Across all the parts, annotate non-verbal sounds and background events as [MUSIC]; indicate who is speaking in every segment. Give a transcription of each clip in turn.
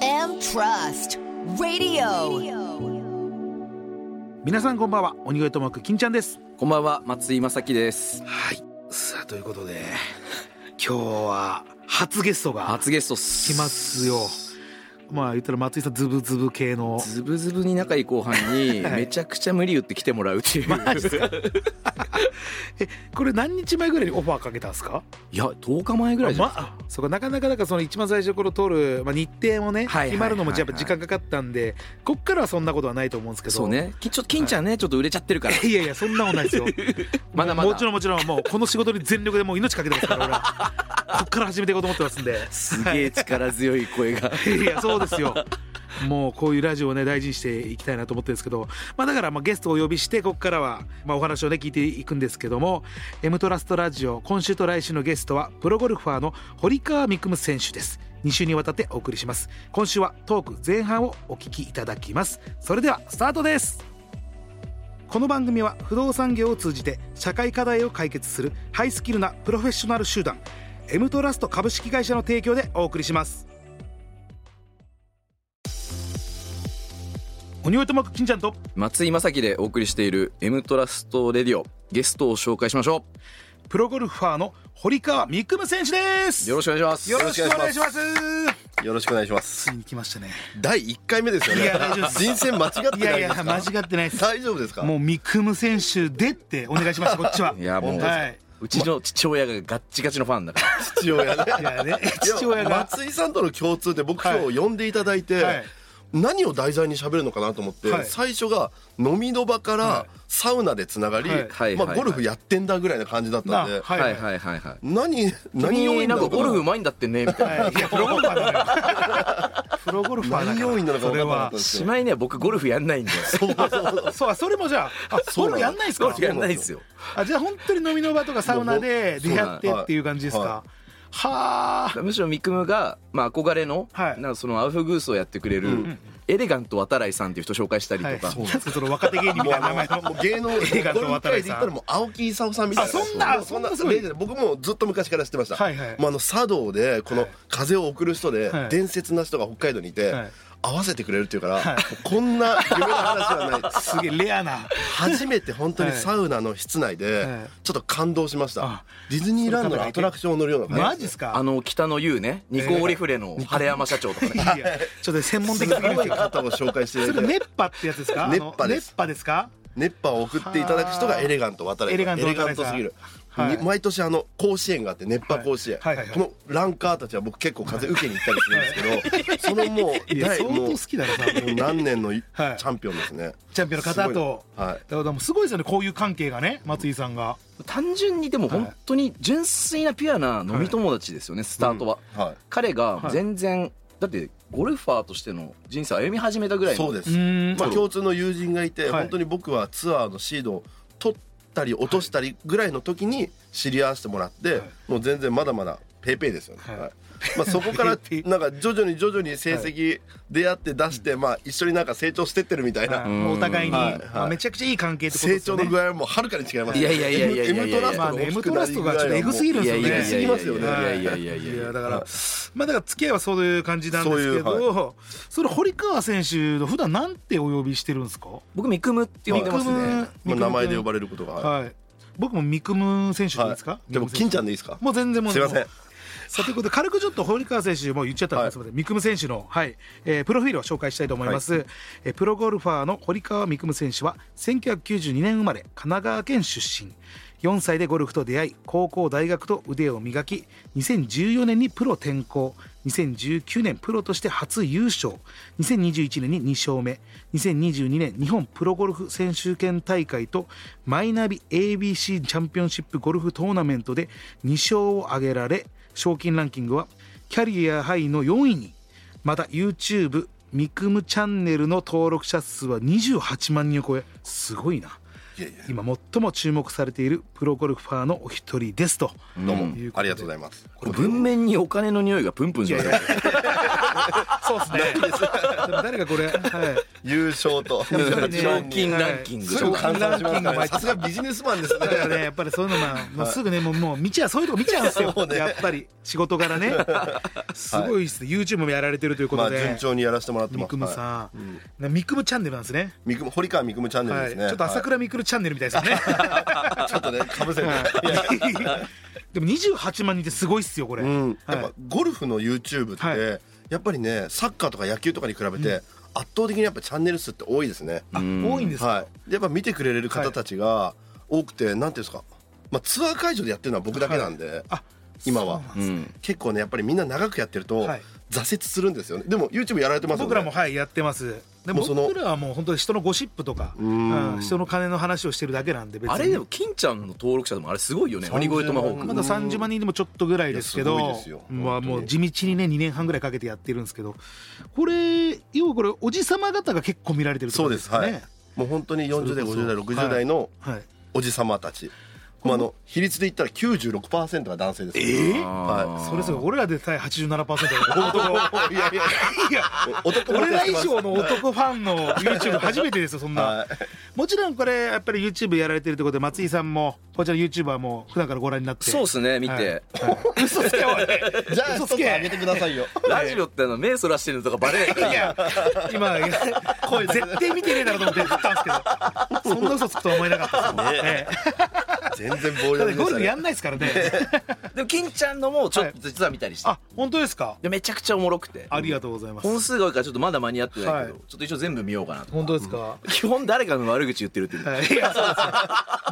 Speaker 1: FM Trust Radio.
Speaker 2: 皆さんこんばんは鬼越トマーク金ちゃんです
Speaker 3: こんばんは、松井正樹です。
Speaker 2: はいさあということで [LAUGHS] 今日は初ゲストが
Speaker 3: 初ゲストっす。
Speaker 2: 来ますよまあ言ったら松井さんズブズブ系の
Speaker 3: ズブズブに仲いい後輩 [LAUGHS] に、めちゃくちゃ無理言って来てもらう [LAUGHS] っていう。
Speaker 2: えこれ何日前ぐらいにオファーかけたんですか
Speaker 3: いや、10日前ぐらいじゃない
Speaker 2: まあそうかなかなかだからその一番最初の頃通る、まあ、日程もね
Speaker 3: はいはいはいはい
Speaker 2: 決まるのもやっぱ時間かかったんでこっからはそんなことはないと思うんですけど
Speaker 3: そうね。きちょっと、金ちゃんね、ちょっと売れちゃってるから。
Speaker 2: いやいやそんなことない [LAUGHS] ですよ
Speaker 3: まだまだ
Speaker 2: もちろんもちろんもうこの仕事に全力でもう命かけてますから俺はこっから始めていこうと思ってますんです
Speaker 3: げえ力強い声 [LAUGHS] が。
Speaker 2: [LAUGHS] いやそうですよもうこういうラジオをね大事にしていきたいなと思ってるんですけど、まあ、だからまあゲストをお呼びしてここからはまあお話をね聞いていくんですけども「M トラストラジオ」今週と来週のゲストはプロゴルファーの堀川未来夢選手です2週にわたってお送りします今週はトーク前半をお聞きいただきますそれではスタートですこの番組は不動産業を通じて社会課題を解決するハイスキルなプロフェッショナル集団 M トラスト株式会社の提供でお送りします鬼越トマーク金ちゃんと
Speaker 3: 松井正樹でお送りしている M トラストレディオ、ゲストを紹介しましょ
Speaker 2: プロゴルファーの堀川未来夢選手です
Speaker 3: う。よろしくお願いします。
Speaker 2: よろしくお願いします
Speaker 4: よろしくお願いします。
Speaker 2: ついに来ましたね
Speaker 4: 第1回目ですよね。
Speaker 2: いや大丈夫です
Speaker 4: 人選間違ってないですか
Speaker 2: いやいや間違ってないです
Speaker 4: 大丈夫ですか
Speaker 2: もう未来夢選手でってお願いしましたこっちは
Speaker 3: いやもう
Speaker 2: 本当ですはい、
Speaker 3: うちの父親がガッチガチのファンだから。
Speaker 4: 父親ね。
Speaker 2: いやね [LAUGHS] 父親
Speaker 4: いや
Speaker 2: が
Speaker 4: 松井さんとの共通で僕
Speaker 2: は
Speaker 4: 今
Speaker 2: い
Speaker 4: 日呼んでいただいて、
Speaker 2: はい
Speaker 4: 何を題材に喋るのかなと思って、
Speaker 2: はい
Speaker 4: 最初が飲みの場からサウナでつながり、
Speaker 2: はい
Speaker 3: はい
Speaker 4: まあ、
Speaker 3: はい
Speaker 4: ゴルフやってんだぐらいの感じだったんで、
Speaker 2: はい
Speaker 3: はいはいはいはい。
Speaker 4: 何何要
Speaker 3: 君
Speaker 4: 因
Speaker 3: な
Speaker 4: なん
Speaker 3: か
Speaker 4: のか
Speaker 3: ゴルフ上手いんだってね、みたいな。
Speaker 2: はいいやプロゴルファーだからプロゴルファーだから
Speaker 4: 何要因なのか
Speaker 2: そ
Speaker 4: 分
Speaker 2: れ
Speaker 4: かんなかっ
Speaker 2: は
Speaker 4: たんです
Speaker 3: [LAUGHS] し
Speaker 4: けど
Speaker 3: まいには僕ゴルフやんないんで。
Speaker 4: そうそうそう
Speaker 2: そうあそれもじゃああゴルフやんないです
Speaker 3: ゴル
Speaker 2: か
Speaker 3: フやんないですよ。
Speaker 2: あじゃあ本当に飲みの場とかサウナで出会ってっていう感じですかはあ
Speaker 3: むしろミクムが、まあ、憧れの,、
Speaker 2: はい
Speaker 3: なんかそのアウフグースをやってくれる、エレガント渡来さんっていう人紹介したりと
Speaker 2: はい、
Speaker 3: か、
Speaker 2: なんですかその若手芸人みたいな名前の
Speaker 4: もう [LAUGHS] 芸能
Speaker 2: 映画と渡
Speaker 4: で
Speaker 2: 辺
Speaker 4: 言
Speaker 2: さ
Speaker 4: っ
Speaker 2: ん
Speaker 4: たらもう青木功さんみたいな
Speaker 2: あそんな
Speaker 4: もう
Speaker 2: そんなす
Speaker 4: そ
Speaker 2: ご
Speaker 4: ん
Speaker 2: い
Speaker 4: なレジェンド僕もずっと昔から知ってました、
Speaker 2: はいはい
Speaker 4: もうあの茶道でこの風を送る人で
Speaker 2: はい
Speaker 4: 伝説な人が北海道にいて、
Speaker 2: はい
Speaker 4: 合わせてくれるっていうから、
Speaker 2: はい
Speaker 4: もうこんな夢の話は [LAUGHS] ない
Speaker 2: すげえレアな
Speaker 4: 初めて本当にサウナの室内で
Speaker 2: はい
Speaker 4: ちょっと感動しました、
Speaker 2: あ
Speaker 4: ディズニーランドのアトラクションを乗るような感じ
Speaker 2: [LAUGHS] マジっすか
Speaker 3: あの北の優ねニコオリフレの晴山社長とかね、
Speaker 2: いやちょっと専門
Speaker 4: す
Speaker 2: 的すぎるんで
Speaker 4: ご
Speaker 2: す
Speaker 4: い
Speaker 2: けど
Speaker 4: 方を紹介してい
Speaker 2: そ
Speaker 4: ただ
Speaker 2: れ
Speaker 4: いて
Speaker 2: 熱波ってやつですかあの
Speaker 4: 熱波です
Speaker 2: 熱波ですか
Speaker 4: 熱波を送っていただく人がエレガント渡れ
Speaker 2: エレガント渡辺さん
Speaker 4: すぎる、
Speaker 2: はい
Speaker 4: に毎年あの甲子園があって熱波甲子園、
Speaker 2: はいはいはいはい
Speaker 4: このランカーたちは僕結構風受けに行ったりするんですけど、そのもう
Speaker 2: いや相当
Speaker 4: もう
Speaker 2: 好きだな多分
Speaker 4: もう何年のいチ
Speaker 2: はい
Speaker 4: ャンピオンですね
Speaker 2: チャンピオンの方と
Speaker 4: すごいはい
Speaker 2: だからもうすごいですよねこういう関係がね松井さんが
Speaker 3: 単純にでも本当に純粋なピュアな飲み友達ですよね、スタートは、
Speaker 4: はい
Speaker 3: 彼が全然、だってゴルファーとしての人生歩み始めたぐらいの
Speaker 4: そうです、
Speaker 2: ん
Speaker 4: まあ、共通の友人がいて、
Speaker 2: はい
Speaker 4: 本当に僕はツアーのシードを取ったり落としたりぐらいの時に知り合わせてもらって、もう全然まだまだペイペイですよね、
Speaker 2: はい
Speaker 4: はいまあ、そこか
Speaker 2: [LAUGHS]
Speaker 4: ら
Speaker 2: ペイペイ
Speaker 4: なんか徐々に徐々に成績出会って出して、まあ、一緒になんか成長してってるみたいな、
Speaker 2: はいもうお互いに
Speaker 4: はいはい
Speaker 2: まあめちゃくちゃいい関係ってことで
Speaker 4: 成
Speaker 2: すよ
Speaker 4: 長
Speaker 2: ね
Speaker 4: の具合はもうはるかに違います
Speaker 3: いやいやいやいやいやいや
Speaker 4: M トラスト
Speaker 2: まあ
Speaker 4: の
Speaker 2: ね
Speaker 4: 大
Speaker 2: M
Speaker 4: きく
Speaker 2: ト
Speaker 4: な
Speaker 2: ラ
Speaker 4: り
Speaker 2: スト
Speaker 4: 具合は
Speaker 2: がちょっとエグすぎるん
Speaker 3: い
Speaker 2: で
Speaker 3: や
Speaker 2: す
Speaker 3: い
Speaker 2: よね
Speaker 3: やいやいやいや
Speaker 4: エグすぎますよね
Speaker 3: いやいやいやいや
Speaker 2: い
Speaker 3: いや
Speaker 2: やだからまあだから付き合いはそれいう感じなんですけ
Speaker 4: そうい
Speaker 2: どそれ堀川選手の普段なんてお呼びしてるんですか
Speaker 3: 僕ミクムって呼んでますね
Speaker 4: まあ、名前で呼ば
Speaker 2: れ
Speaker 4: れることがある、
Speaker 2: はい僕もミクム選手でいいですか
Speaker 4: はいでも金ちゃんでいいですか
Speaker 2: もう全然もう
Speaker 4: すいません
Speaker 2: さあということで軽くちょっと堀川選手もう言っちゃったん
Speaker 4: は
Speaker 2: で
Speaker 4: い
Speaker 2: すので、三雲選手の、はいえープロフィールを紹介したいと思います、えープロゴルファーの堀川三雲選手は1992年生まれ神奈川県出身4歳でゴルフと出会い高校大学と腕を磨き2014年にプロ転向2019年プロとして初優勝2021年に2勝目2022年日本プロゴルフ選手権大会とマイナビ ABC チャンピオンシップゴルフトーナメントで2勝を挙げられ賞金ランキングはキャリアハイの4位にまた YouTube ミクムチャンネルの登録者数は28万人を超えすごいな
Speaker 4: いやいや
Speaker 2: 今最も注目されているプロゴルファーのお一人ですと
Speaker 4: どうも
Speaker 2: いうことで
Speaker 4: ありがとうございます
Speaker 3: これ文面にお金の匂いがプンプンしますね
Speaker 2: そうですね誰がこれ、はい、
Speaker 4: [LAUGHS] 優勝
Speaker 2: [LAUGHS]
Speaker 4: と
Speaker 2: ぱり
Speaker 4: [LAUGHS]
Speaker 2: ね
Speaker 3: 賞金ランキング
Speaker 4: すぐ
Speaker 3: とか
Speaker 4: 換算しますからねさすがビジネスマンですね
Speaker 2: だからねやっぱりそういうのまあもうすぐねもうもう見ちゃうそういうとこ見ちゃうんですよ、
Speaker 4: そうね
Speaker 2: やっぱり仕事柄ねすごいですね YouTube もやられてるというこ
Speaker 4: ま
Speaker 2: と
Speaker 4: あ
Speaker 2: で、
Speaker 4: 順調にやらせてもらって
Speaker 2: み
Speaker 4: ます
Speaker 2: くむ
Speaker 4: はい
Speaker 2: さん、なみくむチャンネルなんですね
Speaker 4: みく堀川みくむチャンネル
Speaker 2: はい、
Speaker 4: です
Speaker 2: ち
Speaker 4: ね
Speaker 2: ょっと朝倉みくるチャンネルみたいですよね、
Speaker 4: [LAUGHS] はいちょっとねかぶせて
Speaker 2: はい [LAUGHS] でも28万人ってすごいっすよこれ、
Speaker 4: うん、やっ
Speaker 2: はい
Speaker 4: ぱゴルフの YouTube って、
Speaker 2: はい
Speaker 4: やっぱりねサッカーとか野球とかに比べて、圧倒的にやっぱチャンネル数って多いですね。
Speaker 2: あ多いんですか、
Speaker 4: はい、でやっぱ見てくれる方たちが多くて、なんていうんですか、まあ、ツアー会場でやってるのは僕だけなんで、
Speaker 2: あ
Speaker 4: 今は
Speaker 2: そうなん
Speaker 3: うん
Speaker 4: 結構ねやっぱりみんな長くやってると
Speaker 2: はい
Speaker 4: 挫折するんですよね、でも YouTube やられてますよね
Speaker 2: 僕らもはいやってますで
Speaker 4: も
Speaker 2: も
Speaker 4: うその
Speaker 2: 僕らはもう本当に人のゴシップとか、
Speaker 4: ん
Speaker 2: うん人の金の話をしてるだけなんで別に
Speaker 3: あれでも金ちゃんの登録者でもあれすごいよね鬼越トマホーク
Speaker 2: まだ30万人でもちょっとぐらいですけ
Speaker 4: いやす
Speaker 2: ど
Speaker 4: ごいですよ
Speaker 2: まあ、
Speaker 4: 本当に
Speaker 2: もう地道にね2年半ぐらいかけてやってるんですけどこれ要はこれおじさま方が結構見られてるって
Speaker 4: そ
Speaker 2: こ
Speaker 4: う
Speaker 2: と
Speaker 4: ですはい
Speaker 2: ね
Speaker 4: もう本当に
Speaker 2: そ
Speaker 4: 40代
Speaker 2: れ
Speaker 4: 50代
Speaker 2: こそ
Speaker 4: 60代の
Speaker 2: はい
Speaker 4: おじ様たち、まあ、あの比率で言ったら96%が男性ですええは
Speaker 2: それそれ俺らでさえ87%だよ
Speaker 4: いいやいや
Speaker 2: [LAUGHS] いや
Speaker 4: 男も
Speaker 2: 俺
Speaker 4: やっ
Speaker 2: ら
Speaker 4: て
Speaker 2: 以
Speaker 4: ます
Speaker 2: 上の男ファンの YouTube 初めてですよそんな、
Speaker 4: はい
Speaker 2: もちろんこれやっぱり YouTube やられてるってことで松井さんもこちらの YouTuber も普段からご覧になって
Speaker 3: そうですね見て、
Speaker 2: 嘘つけおい
Speaker 4: じゃあ一
Speaker 2: 嘘
Speaker 4: つ
Speaker 2: つ
Speaker 4: あ
Speaker 2: け
Speaker 4: げてくださいよ
Speaker 3: ラジオってあの目そらしてるのとかバレない
Speaker 2: いや今声絶対見てねえだろうと思って振ったんですけどそんな嘘つくとは思えなかったですね
Speaker 4: 全然ボー
Speaker 2: だって
Speaker 4: ルに
Speaker 2: ゴルフやんないですからね
Speaker 3: でも金ちゃんのもちょっと実は見たりして、
Speaker 2: あ本当ですか
Speaker 3: でめちゃくちゃおもろくて
Speaker 2: ありがとうございます
Speaker 3: 本数が多いからちょっとまだ間に合ってないけど、
Speaker 2: はい
Speaker 3: ちょっと一応全部見ようかなと
Speaker 2: 本当ですか、
Speaker 3: 基本誰かの悪口言ってるっていう
Speaker 2: はい、いやそうですよ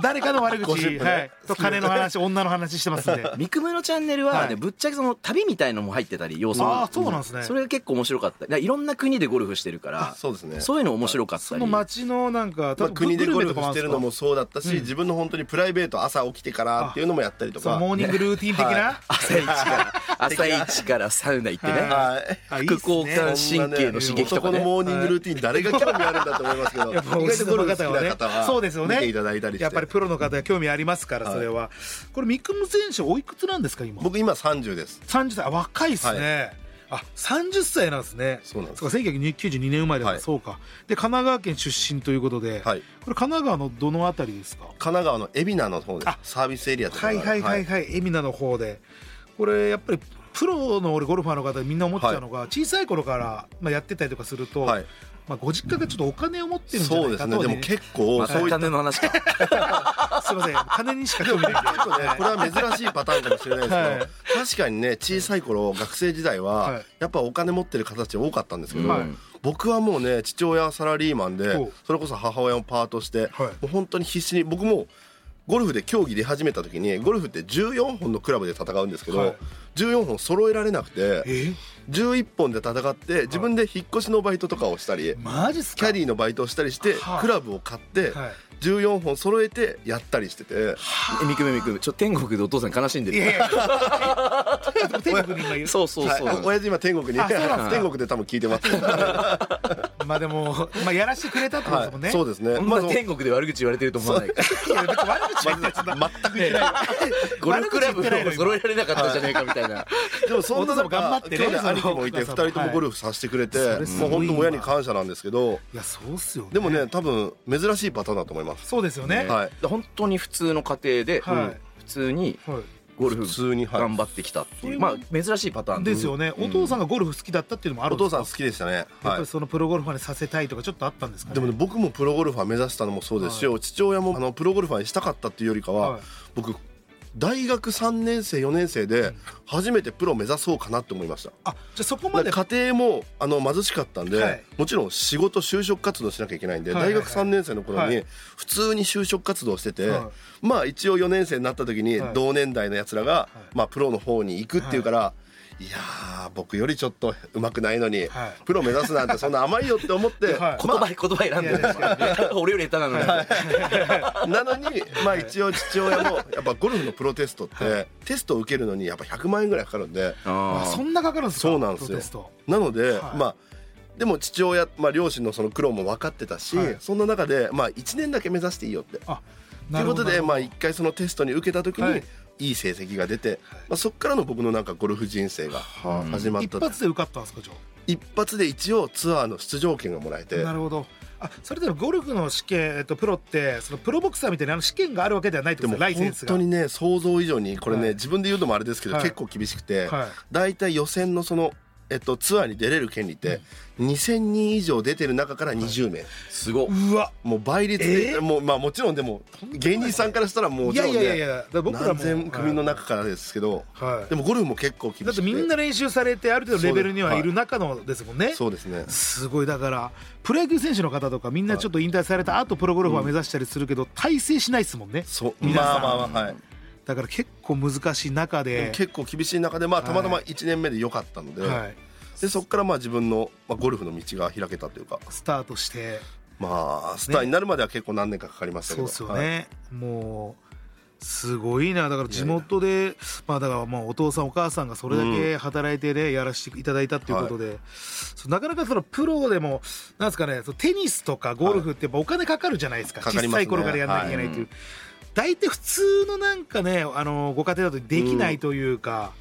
Speaker 2: 誰かの悪
Speaker 4: ゴシッ
Speaker 2: 口、
Speaker 4: プね
Speaker 2: はい、と金の話女の話してますんで
Speaker 3: 三雲のチャンネルは、ね
Speaker 2: はい
Speaker 3: ぶっちゃけその旅みたいのも入ってたり要素が
Speaker 2: あーそうなんですね
Speaker 3: それが結構面白かっただからいろんな国でゴルフしてるから
Speaker 4: あそうですね
Speaker 3: そういうの面白かった
Speaker 2: そ
Speaker 3: り
Speaker 2: の街のなんか
Speaker 4: まあ、国でゴル
Speaker 2: と
Speaker 4: フ
Speaker 2: か
Speaker 4: してるのもそうだったし、自分の本当にプライベート朝起きてからっていうのもやったりと
Speaker 2: そう
Speaker 4: か
Speaker 2: モーニングルーティン的な、
Speaker 3: 朝一から朝一からサウナ行ってね、
Speaker 4: はい
Speaker 2: あいいっ
Speaker 3: 副
Speaker 2: すね
Speaker 3: 交感神経の刺激とか
Speaker 4: 男の
Speaker 3: ね
Speaker 4: モーニングルーティン誰が興味あるんだと思いますけど
Speaker 2: [LAUGHS]
Speaker 4: 意
Speaker 2: やっぱおす
Speaker 4: 外と
Speaker 2: すめ
Speaker 4: ゴル
Speaker 2: の
Speaker 4: フ好き
Speaker 2: 方はね
Speaker 4: な方は
Speaker 2: そうですよね
Speaker 4: 見ていただいたりして
Speaker 2: やっぱりプロの方は興味ありますから
Speaker 4: はい
Speaker 2: それは、これ三雲選手おいくつなんですか今
Speaker 4: 僕今30です
Speaker 2: 30歳あ若いですね、あ30歳なんですね
Speaker 4: そうなんです
Speaker 2: か1992年生まれだから、
Speaker 4: はい
Speaker 2: そうかで神奈川県出身ということで、
Speaker 4: はい
Speaker 2: これ神奈川のどのあたりですか
Speaker 4: 神奈川の海老名の方で
Speaker 2: あ
Speaker 4: すサービスエリアとか
Speaker 2: はいはいはい
Speaker 4: はい
Speaker 2: はい海老名の方でこれやっぱりプロの俺ゴルファーの方みんな思っちゃうのが、小さい頃からまあやってたりとかすると、
Speaker 4: はい
Speaker 2: まあ、ご実家がちょっとお金を持ってるんじゃ
Speaker 4: そ
Speaker 2: な
Speaker 4: う
Speaker 2: い
Speaker 4: です
Speaker 2: か
Speaker 4: ね
Speaker 2: と
Speaker 4: でも結構
Speaker 3: ま
Speaker 4: そ
Speaker 3: た
Speaker 4: ういった
Speaker 3: 金の話か
Speaker 2: [LAUGHS] すいません金にしか興味ない
Speaker 4: ちょっとねこれは珍しいパターンかもしれないですけど、確かにね小さい頃学生時代
Speaker 2: は
Speaker 4: はいやっぱお金持ってる方たち多かったんですけど、
Speaker 2: はい
Speaker 4: 僕はもうね父親はサラリーマ
Speaker 2: ほ
Speaker 4: ンで
Speaker 2: う
Speaker 4: それこそ母親もパートして、
Speaker 2: はい
Speaker 4: もう本当に必死に僕もゴルフで競技出始めた時にゴルフって14本のクラブで戦うんですけど、
Speaker 2: はい
Speaker 4: 14本揃えられなくて
Speaker 2: え
Speaker 4: 11本で戦って自分で引っ越しのバイトとかをしたり。
Speaker 2: マジっす
Speaker 4: キ
Speaker 2: か
Speaker 4: ャディーのバイトをしたりして
Speaker 2: はい
Speaker 4: クラブを買って
Speaker 2: はい
Speaker 4: 14本揃えてやったりしてて
Speaker 3: え三雲三雲ちょっと天国でお父さん悲しんで
Speaker 2: いやい
Speaker 3: る
Speaker 2: やえ天国に
Speaker 4: [LAUGHS]
Speaker 2: 今いる
Speaker 3: そうそうそう、
Speaker 4: はい、親父今天国に
Speaker 2: あそうなんです
Speaker 4: 天国で多分聞い
Speaker 2: [LAUGHS]
Speaker 4: てます、
Speaker 2: まあでも、まあ、やらしてくれたってことですもんね、
Speaker 4: はい、そうですね
Speaker 3: こん
Speaker 4: ま
Speaker 3: な
Speaker 4: ず
Speaker 3: 天国で悪口言われてると思わないから
Speaker 2: いや別に悪口言って
Speaker 4: [LAUGHS]
Speaker 2: ない
Speaker 4: 全く言ってない
Speaker 3: ゴルフクラブを揃えられなかったんじゃねえかみたいな
Speaker 4: でもそんな
Speaker 2: お父様頑張ってね
Speaker 4: 兄弟兄貴もいて
Speaker 2: そ
Speaker 4: 2
Speaker 2: のお母様
Speaker 4: 人ともゴルフさせてくれて、
Speaker 2: はいそれすご
Speaker 4: も
Speaker 2: いうな
Speaker 4: 本当親に感謝なんですけど
Speaker 2: いやそうっすよね
Speaker 4: でもね多分珍しいパターンだと思います
Speaker 2: そうですよね、
Speaker 4: はい
Speaker 3: 本当に普通の家庭で、
Speaker 2: はい
Speaker 3: 普通に
Speaker 2: はい
Speaker 3: ゴル
Speaker 4: 普通
Speaker 3: フ
Speaker 4: に、は
Speaker 3: 頑
Speaker 4: い、
Speaker 3: 張ってきたっていう、
Speaker 2: それは
Speaker 3: まあ珍しいパターン
Speaker 2: ですよね、お父さんがゴルフ好きだったっていうのもある
Speaker 4: お
Speaker 2: んで
Speaker 4: 父
Speaker 2: すか
Speaker 4: さん好きでしたね
Speaker 2: やっ
Speaker 4: は
Speaker 2: ぱり
Speaker 4: い
Speaker 2: そのプロゴルファーにさせたいとかちょっとあったんですかね
Speaker 4: でもね僕もプロゴルファー目指したのもそうですし、父親もあのプロゴルファーにしたかったっていうよりかは、
Speaker 2: はい
Speaker 4: 僕大学3年生4年生で初めてプロ目指そうかなって思いました
Speaker 2: あじゃあそこま
Speaker 4: なん
Speaker 2: で
Speaker 4: か家庭もあの貧しかったんで、
Speaker 2: はい
Speaker 4: もちろん仕事就職活動しなきゃいけないんで、
Speaker 2: はいはいはい
Speaker 4: 大学3年生の頃
Speaker 2: は
Speaker 4: に
Speaker 2: い
Speaker 4: 普通に就職活動してて、
Speaker 2: は
Speaker 4: まあ一応4年生になった時に
Speaker 2: はい
Speaker 4: 同年代のやつらが、
Speaker 2: い
Speaker 4: まあ、プロの方に行くっていうから。いやー僕よりちょっと上手くないのに、
Speaker 2: はい
Speaker 4: プロ目指すなんてそんな甘いよって思っ
Speaker 2: [LAUGHS]
Speaker 4: て、
Speaker 2: はい
Speaker 3: 言葉言葉選んでるんですよ [LAUGHS] 俺より下手なのに、
Speaker 4: なのに、まあ、一応父親もやっぱゴルフのプロテストって、テストを受けるのにやっぱ100万円ぐらいかかるんで
Speaker 2: あ
Speaker 3: あ
Speaker 2: そんなかかるんですか
Speaker 4: そうなんです
Speaker 2: プロ
Speaker 4: よ
Speaker 2: テスト
Speaker 4: なので、
Speaker 2: はい
Speaker 4: まあでも父親、まあ、両親のその苦労も分かってたし、
Speaker 2: はい
Speaker 4: そんな中で、まあ、1年だけ目指していいよって。
Speaker 2: あ
Speaker 4: と
Speaker 2: ないる
Speaker 4: う
Speaker 2: ほ
Speaker 4: こ
Speaker 2: ど
Speaker 4: とで、まあ、1回そのテストに受けた時に、
Speaker 2: はい
Speaker 4: い、い成績が出て、まあ、そこからの僕のなんかゴルフ人生が始まっ
Speaker 2: 一
Speaker 4: た、
Speaker 2: 発で受かったんですかじゃ
Speaker 4: 一発で一応ツアーの出場権がもらえて
Speaker 2: あなるほどあそれでもゴルフの試験、えっと、プロってそのプロボクサーみたいなあの試験があるわけではないって
Speaker 4: で
Speaker 2: こと
Speaker 4: も
Speaker 2: ですねライセンス
Speaker 4: 本
Speaker 2: が
Speaker 4: 当にね想像以上にこれね、
Speaker 2: はい
Speaker 4: 自分で言うのもあれですけど、
Speaker 2: はい
Speaker 4: 結構厳しくて、
Speaker 2: はい
Speaker 4: 大体予選のその、えっと、ツアーに出れる権利って、2,000人以上出てる中から20名、
Speaker 3: すごっ
Speaker 2: うわ
Speaker 4: もう倍率で、
Speaker 2: えー
Speaker 4: もうまあもちろんでも芸人さんからしたらもう
Speaker 2: い
Speaker 4: ち
Speaker 2: や
Speaker 4: ろん
Speaker 2: い
Speaker 4: ね
Speaker 2: やいやいやだから僕らも
Speaker 4: 何千組の中からですけど、
Speaker 2: はいはい
Speaker 4: でもゴルフも結構厳しくて
Speaker 2: だってみんな練習されてある程度レベルにはいる中のですもんね
Speaker 4: そうですね
Speaker 2: すごいだからプロ野球選手の方とかみんなちょっと引退された後プロゴルファー目指したりするけど大成しないですもんね
Speaker 4: そう
Speaker 2: 皆
Speaker 4: ま
Speaker 2: さ
Speaker 4: あ
Speaker 2: ん
Speaker 4: まあまあはい、
Speaker 2: だから結構難しい中
Speaker 4: でも
Speaker 2: で
Speaker 4: 結構厳しい中でまあたまたま1年目で良かったので,、
Speaker 2: はい
Speaker 4: でそこからまあ自分の、まあ、ゴルフの道が開けたというか
Speaker 2: スタートして
Speaker 4: まあスターになるまでは結構何年かかかりました
Speaker 2: そう
Speaker 4: けど
Speaker 2: ですよ
Speaker 4: はい
Speaker 2: ね、もうすごいなだから地元でまあだからまあお父さんお母さんがそれだけ働いてね、やらせていただいたっていうことで、そうなかなかそのプロでもなんですかねそうテニスとかゴルフってやっぱお金かかるじゃないですか,、
Speaker 4: かかり
Speaker 2: 小
Speaker 4: ます
Speaker 2: さ
Speaker 4: ね
Speaker 2: い頃からやらなきゃいけないという、大体普通のなんかねあのご家庭だとできないというか、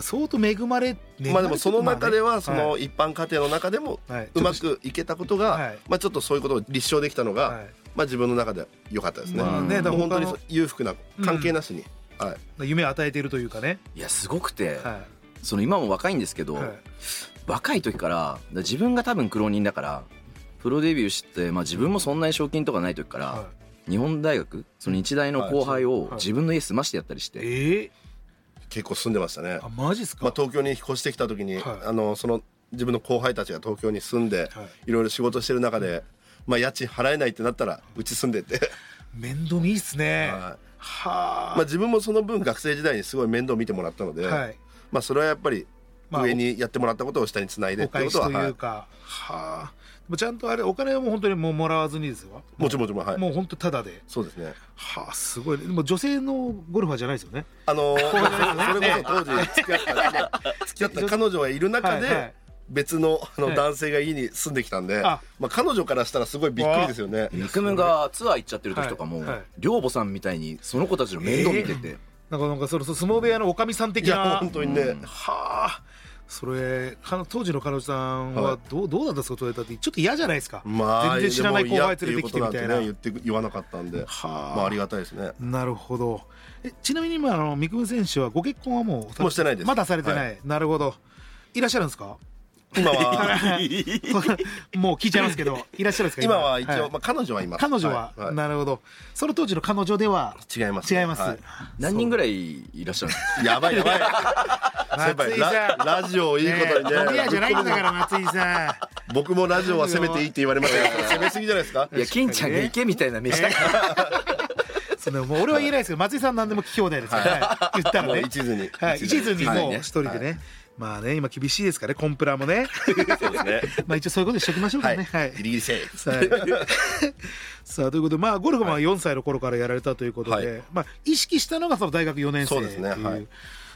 Speaker 2: 相当恵まれね
Speaker 4: まあでもその中ではそ
Speaker 2: は
Speaker 4: の
Speaker 2: い
Speaker 4: 一般家庭の中でも
Speaker 2: はいう
Speaker 4: まくいけたことが、
Speaker 2: はい
Speaker 4: まあちょっとそういうことを立証できたのが、
Speaker 2: はい
Speaker 4: まあ自分の中では良かったですね。
Speaker 2: まあねだから
Speaker 4: もう本当に
Speaker 2: 他の
Speaker 4: 裕福な関係なしに、はい。
Speaker 2: 夢を与えているというかね、
Speaker 3: いやすごくて、
Speaker 2: は
Speaker 3: その今も若いんですけ
Speaker 2: い
Speaker 3: ど、
Speaker 2: はい
Speaker 3: 若い時からだから自分が多分苦労人だからプロデビューして、まあ、自分もそんなに賞金とかない時から、
Speaker 2: は
Speaker 3: 日本大学その日大の後輩を
Speaker 2: い
Speaker 3: 自分の家住ましてやったりし
Speaker 2: い、
Speaker 3: て、
Speaker 2: え
Speaker 4: 結構住んでましたね
Speaker 2: ー、あ。マジっすか、
Speaker 4: まあ東京に引っ越してきた時に、
Speaker 2: はい
Speaker 4: あのその自分の後輩たちが東京に住んで、、
Speaker 2: はい
Speaker 4: ろいろ仕事してる中で、まあ家賃払えないってなったらうち住んでて、
Speaker 2: 面倒見いいっすね。
Speaker 4: は
Speaker 2: はあ。
Speaker 4: まあ自分もその分学生時代にすごい面倒見てもらったので、
Speaker 2: はい。
Speaker 4: まあそれはやっぱり
Speaker 2: まあ
Speaker 4: 上にやってもらったことを下につないで
Speaker 2: お
Speaker 4: ってい
Speaker 2: 返
Speaker 4: うこ
Speaker 2: し
Speaker 4: とは、
Speaker 2: というか。はあ。でもちゃんとあれお金はもう本当にもうもらわずにですよ。
Speaker 4: い、もちろんもちろんはい。
Speaker 2: もう本当ただで。
Speaker 4: そうですね。
Speaker 2: はあすごい。でも女性のゴルファーじゃないですよね。[LAUGHS]
Speaker 4: あのーそれこそ当時付き合った付き合った彼女がいる中
Speaker 2: はいはい
Speaker 4: で別のあ
Speaker 2: は
Speaker 4: の
Speaker 2: い
Speaker 4: 男性が家に住んできたんで、
Speaker 2: あ
Speaker 4: まあ、彼女からしたらすごいびっくりですよね。
Speaker 3: ぬくむがツアー行っちゃってる時とかも、
Speaker 2: はいはい
Speaker 3: 寮母さんみたいにその子たちの面倒見てて、
Speaker 2: なんかなんかそのその相撲部屋のおかみさん的
Speaker 4: いや
Speaker 2: な。
Speaker 4: 本当にね、
Speaker 2: はあ。それかの当時の彼女さんは
Speaker 4: はい
Speaker 2: どう、どうだったんですか取れたってちょっと嫌じゃないですか、
Speaker 4: まあ
Speaker 2: 全然知らない後輩連れてきてみたいな
Speaker 4: でも嫌っていうことなんてね、言って言わなかったんで、
Speaker 2: はあ
Speaker 4: まあ、ありがたいですね。
Speaker 2: なるほどえちなみに今あの三雲選手はご結婚はもう
Speaker 4: もうしてないです
Speaker 2: まだされてない、
Speaker 4: は
Speaker 2: なるほどいらっしゃるんです
Speaker 4: [LAUGHS]
Speaker 2: か
Speaker 4: 今は
Speaker 2: もう聞いちゃいますけど、いらっしゃるんですか
Speaker 4: 今は一応、
Speaker 2: い
Speaker 4: まあ、彼女はいます。
Speaker 2: 彼女は、
Speaker 4: いい
Speaker 2: なるほど。その当時の彼女では
Speaker 4: 違います、
Speaker 2: 違います。
Speaker 4: は
Speaker 3: [LAUGHS] 何人ぐらいいらっしゃるんですか
Speaker 4: いやばいや
Speaker 2: [LAUGHS]
Speaker 4: ばい
Speaker 2: 松井
Speaker 4: 先輩
Speaker 2: さ
Speaker 4: ラ
Speaker 2: ん。
Speaker 4: ラジオをいいこと
Speaker 2: ね
Speaker 4: に
Speaker 2: え飲み屋じゃないんだ
Speaker 4: ね
Speaker 2: から、松井
Speaker 4: [LAUGHS]
Speaker 2: さ
Speaker 4: 僕もラジオは攻めていいって言われました
Speaker 2: [LAUGHS]
Speaker 4: けど攻めすぎじゃないですか
Speaker 3: いや金ちゃんが行けみたいな飯だから
Speaker 2: ん。そのもう俺は言えないですけど、松井さん何でも聞き放題ですから、はい言ったら
Speaker 4: もう
Speaker 2: ね。
Speaker 4: 一途に
Speaker 2: はい、一途に
Speaker 3: 一途
Speaker 2: も
Speaker 3: に
Speaker 2: う
Speaker 3: ね
Speaker 2: 一人でね。まあね、今厳しいですからね、コンプラもね。
Speaker 4: [LAUGHS] そうですね
Speaker 2: [LAUGHS] まあ一応そういうことにしときましょう
Speaker 4: は
Speaker 2: か
Speaker 4: い
Speaker 2: ね。はい
Speaker 4: ギ。リギリセーフ
Speaker 2: はい
Speaker 4: [LAUGHS]
Speaker 2: さあということで、まあ、ゴルフは4歳の頃からやられたということで、
Speaker 4: はい
Speaker 2: まあ、意識したのがその大学4年生
Speaker 4: そ
Speaker 2: っ
Speaker 4: う
Speaker 2: て
Speaker 4: で
Speaker 2: い
Speaker 4: す
Speaker 2: う
Speaker 4: ねはい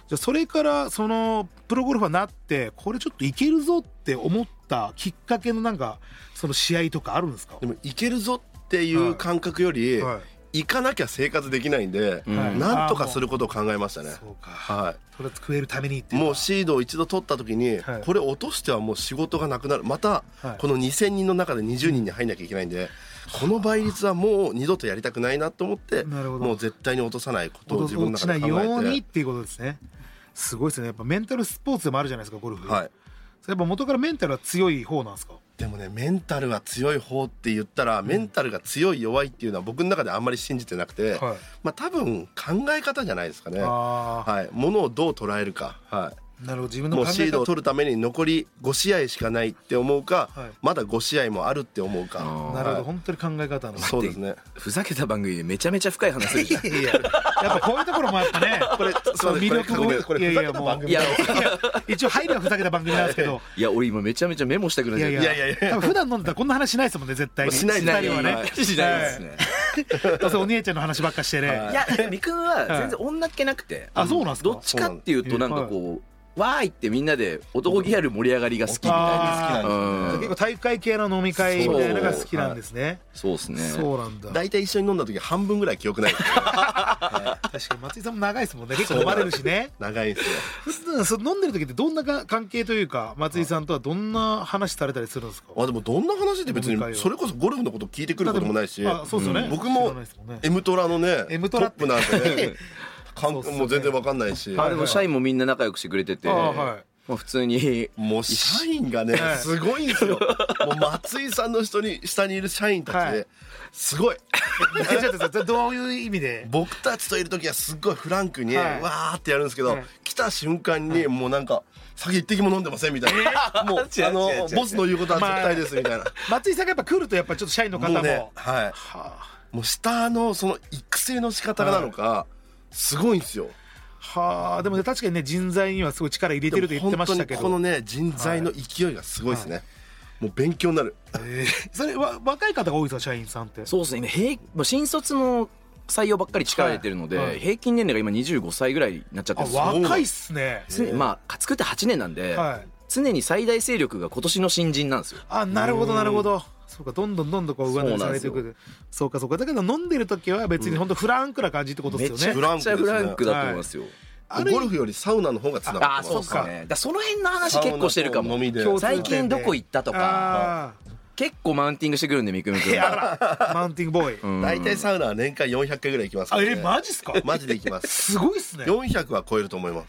Speaker 2: じゃあそれからそのプロゴルファーになってこれちょっといけるぞって思ったきっかけのなんかその試合とかあるんですか
Speaker 4: でもいけるぞっていう感覚より、
Speaker 2: はいは
Speaker 4: 行かなきゃ生活できないんで、
Speaker 2: はい
Speaker 4: なんとかすることを考えましたね
Speaker 2: そうか、
Speaker 4: は
Speaker 2: とりあえず食えるためにって
Speaker 4: い、
Speaker 2: いうか
Speaker 4: もうシードを一度取った時に、
Speaker 2: はい
Speaker 4: これ落としてはもう仕事がなくなるまた、
Speaker 2: はい
Speaker 4: この2,000人の中で20人に入んなきゃいけないんで、この倍率はもう二度とやりたくないなと思って
Speaker 2: なるほど
Speaker 4: もう絶対に落とさないことを自
Speaker 2: 落
Speaker 4: 分の
Speaker 2: ち
Speaker 4: 中
Speaker 2: な
Speaker 4: で
Speaker 2: い
Speaker 4: 考
Speaker 2: よう
Speaker 4: え
Speaker 2: にってていうことですねすごいですねやっぱメンタルスポーツでもあるじゃないですかゴルフ、
Speaker 4: はい、
Speaker 2: それやっぱ元からメンタルは強い方なんですか
Speaker 4: でもねメンタルが強い方って言ったら、メンタルが強い弱いっていうのは僕の中であんまり信じてなくて、
Speaker 2: はい
Speaker 4: まあ多分考え方じゃないですかね。
Speaker 2: あ
Speaker 4: はい、ものをどう捉えるか、は
Speaker 2: なるほど自分
Speaker 4: い、
Speaker 2: の
Speaker 4: も
Speaker 2: 考
Speaker 4: うシ
Speaker 2: え
Speaker 4: ー
Speaker 2: 方
Speaker 4: ドを取るために残り5試合しかないって思うか、
Speaker 2: はい
Speaker 4: まだ5試合もあるって思うか、
Speaker 3: あー
Speaker 2: なるほど
Speaker 4: はい
Speaker 2: 本当に考え方の
Speaker 4: そうですね
Speaker 3: ふざけた番組でめちゃめちゃ深い話するじゃ
Speaker 2: [LAUGHS]
Speaker 3: ん
Speaker 2: いやいや、やっぱこういうところもやっぱね、
Speaker 4: これ
Speaker 2: その
Speaker 4: すい
Speaker 2: 魅
Speaker 4: ません
Speaker 2: 力を、
Speaker 4: これこれ
Speaker 2: いやいや、もう、
Speaker 3: いや
Speaker 2: 一応配慮はふざけた番組なんですけど、
Speaker 3: いや俺今めちゃめちゃメモしたくな
Speaker 2: [LAUGHS]
Speaker 3: っ
Speaker 2: い
Speaker 3: ちゃ
Speaker 2: や
Speaker 3: っ
Speaker 2: い
Speaker 3: た
Speaker 2: や、
Speaker 4: いやいやいや
Speaker 2: 多分普段飲んでたらこんな話しないですもんね、絶対に。
Speaker 4: しない
Speaker 3: しない
Speaker 2: 二人はね。
Speaker 3: しないですね、
Speaker 2: どうせお姉ちゃんの話ばっかしてね。
Speaker 3: いや、みくんは全然女っ気なくて、
Speaker 2: あそうなんすか
Speaker 3: どっちかっていうと、なんかこう、わーいってみんなで男気ある盛り上がりが好きみたいな。
Speaker 4: 好きなんで
Speaker 3: う
Speaker 4: す
Speaker 2: 結
Speaker 3: ん
Speaker 2: 構、体育会系の飲み会みたいなのが好きなんですね
Speaker 3: そうですね。
Speaker 2: そうなんだ
Speaker 4: 大体一緒に飲んだ時半分ぐらい記
Speaker 2: [LAUGHS]
Speaker 4: 憶ないですね
Speaker 2: 確かに松井さんも長いですもんね結構飲まれるしね
Speaker 4: 長いんですよ
Speaker 2: 普段そう飲んでる時ってどんなか関係というか松井さんとはどんな話されたりするんですか
Speaker 4: あでもどんな話で別
Speaker 2: 飲み会
Speaker 4: に
Speaker 2: を
Speaker 4: それこそゴルフのこと聞いてくることもないし
Speaker 2: あそうですよね、
Speaker 3: うん
Speaker 4: 僕も
Speaker 2: 知らないですんね
Speaker 4: M トラのね
Speaker 2: M
Speaker 4: ト
Speaker 2: トラ
Speaker 4: ッ
Speaker 2: って
Speaker 4: プなんて
Speaker 2: [LAUGHS]
Speaker 4: ね感
Speaker 2: そうっすよね
Speaker 4: もう全然わかんないし
Speaker 2: は
Speaker 3: あでも社員もみんな仲良くしてくれてて、
Speaker 2: あは
Speaker 3: ま
Speaker 2: い
Speaker 3: あ普通に
Speaker 4: もう社員がね
Speaker 2: はい
Speaker 4: すごいんですよもう松井さんの人に下にいる社員たち
Speaker 2: は
Speaker 4: で
Speaker 2: い
Speaker 4: すごい
Speaker 2: えちょっとそれどういう意味で
Speaker 4: 僕たちといる時はすっごいフランクにわ
Speaker 2: はい
Speaker 4: ーってやるんですけど
Speaker 2: はい
Speaker 4: 来た瞬間にもうなんか酒一滴も飲んでませんみたいな [LAUGHS] もうあのボスの言うことは絶対ですみたいな
Speaker 2: [LAUGHS] 松井さんがやっぱ来るとやっぱちょっと社員の方も
Speaker 4: もうねはい
Speaker 2: はあ
Speaker 4: もう下のその育成の仕方なのかすごいんですよ
Speaker 2: はあでもね確かにね人材にはすごい力入れてると言ってましたけど
Speaker 4: でも本当にこのね人材の勢いがすごいですね、もう勉強になる
Speaker 2: えーそれは若い方が多いですか社員さんって
Speaker 3: そうですね今平もう新卒の採用ばっかり力入れてるので、
Speaker 2: はいはい
Speaker 3: 平均年齢が今25歳ぐらいになっちゃって
Speaker 2: あ
Speaker 3: るんですよ
Speaker 2: 若いっすね
Speaker 3: 常にまあ作って8年なんで、
Speaker 2: はい
Speaker 3: 常に最大勢力が今年の新人なんですよ
Speaker 2: あなるほどなるほどそうかどんどんどんどんこう上乗せされてい
Speaker 3: そうな
Speaker 2: くそうかそうかだけど飲んでる時は別に本当フランクな感じってことで
Speaker 3: めち
Speaker 2: すよ
Speaker 3: ゃ
Speaker 2: ね、
Speaker 3: くちゃフランクだと思いますよ、
Speaker 2: ある意味
Speaker 4: ゴルフよりサウナの方がつなが
Speaker 3: あ
Speaker 4: っ
Speaker 3: あ
Speaker 4: て
Speaker 3: そう
Speaker 4: ま
Speaker 3: っ
Speaker 4: す
Speaker 3: すねだからその辺の話結構してるか
Speaker 4: サウナと
Speaker 3: も
Speaker 4: 飲みで
Speaker 2: 共通
Speaker 3: 最近どこ行ったとか
Speaker 2: あ
Speaker 3: 結構マウンティングしてくるんでみくみくんが
Speaker 2: あマウンティングボーイ、
Speaker 3: うん
Speaker 4: 大体サウナは年間400回ぐらい行きますか
Speaker 2: あ
Speaker 4: ら、ね、
Speaker 2: えマジっすか
Speaker 4: マジで行きます
Speaker 2: すごいっ [LAUGHS] すね
Speaker 4: 400は超えると思います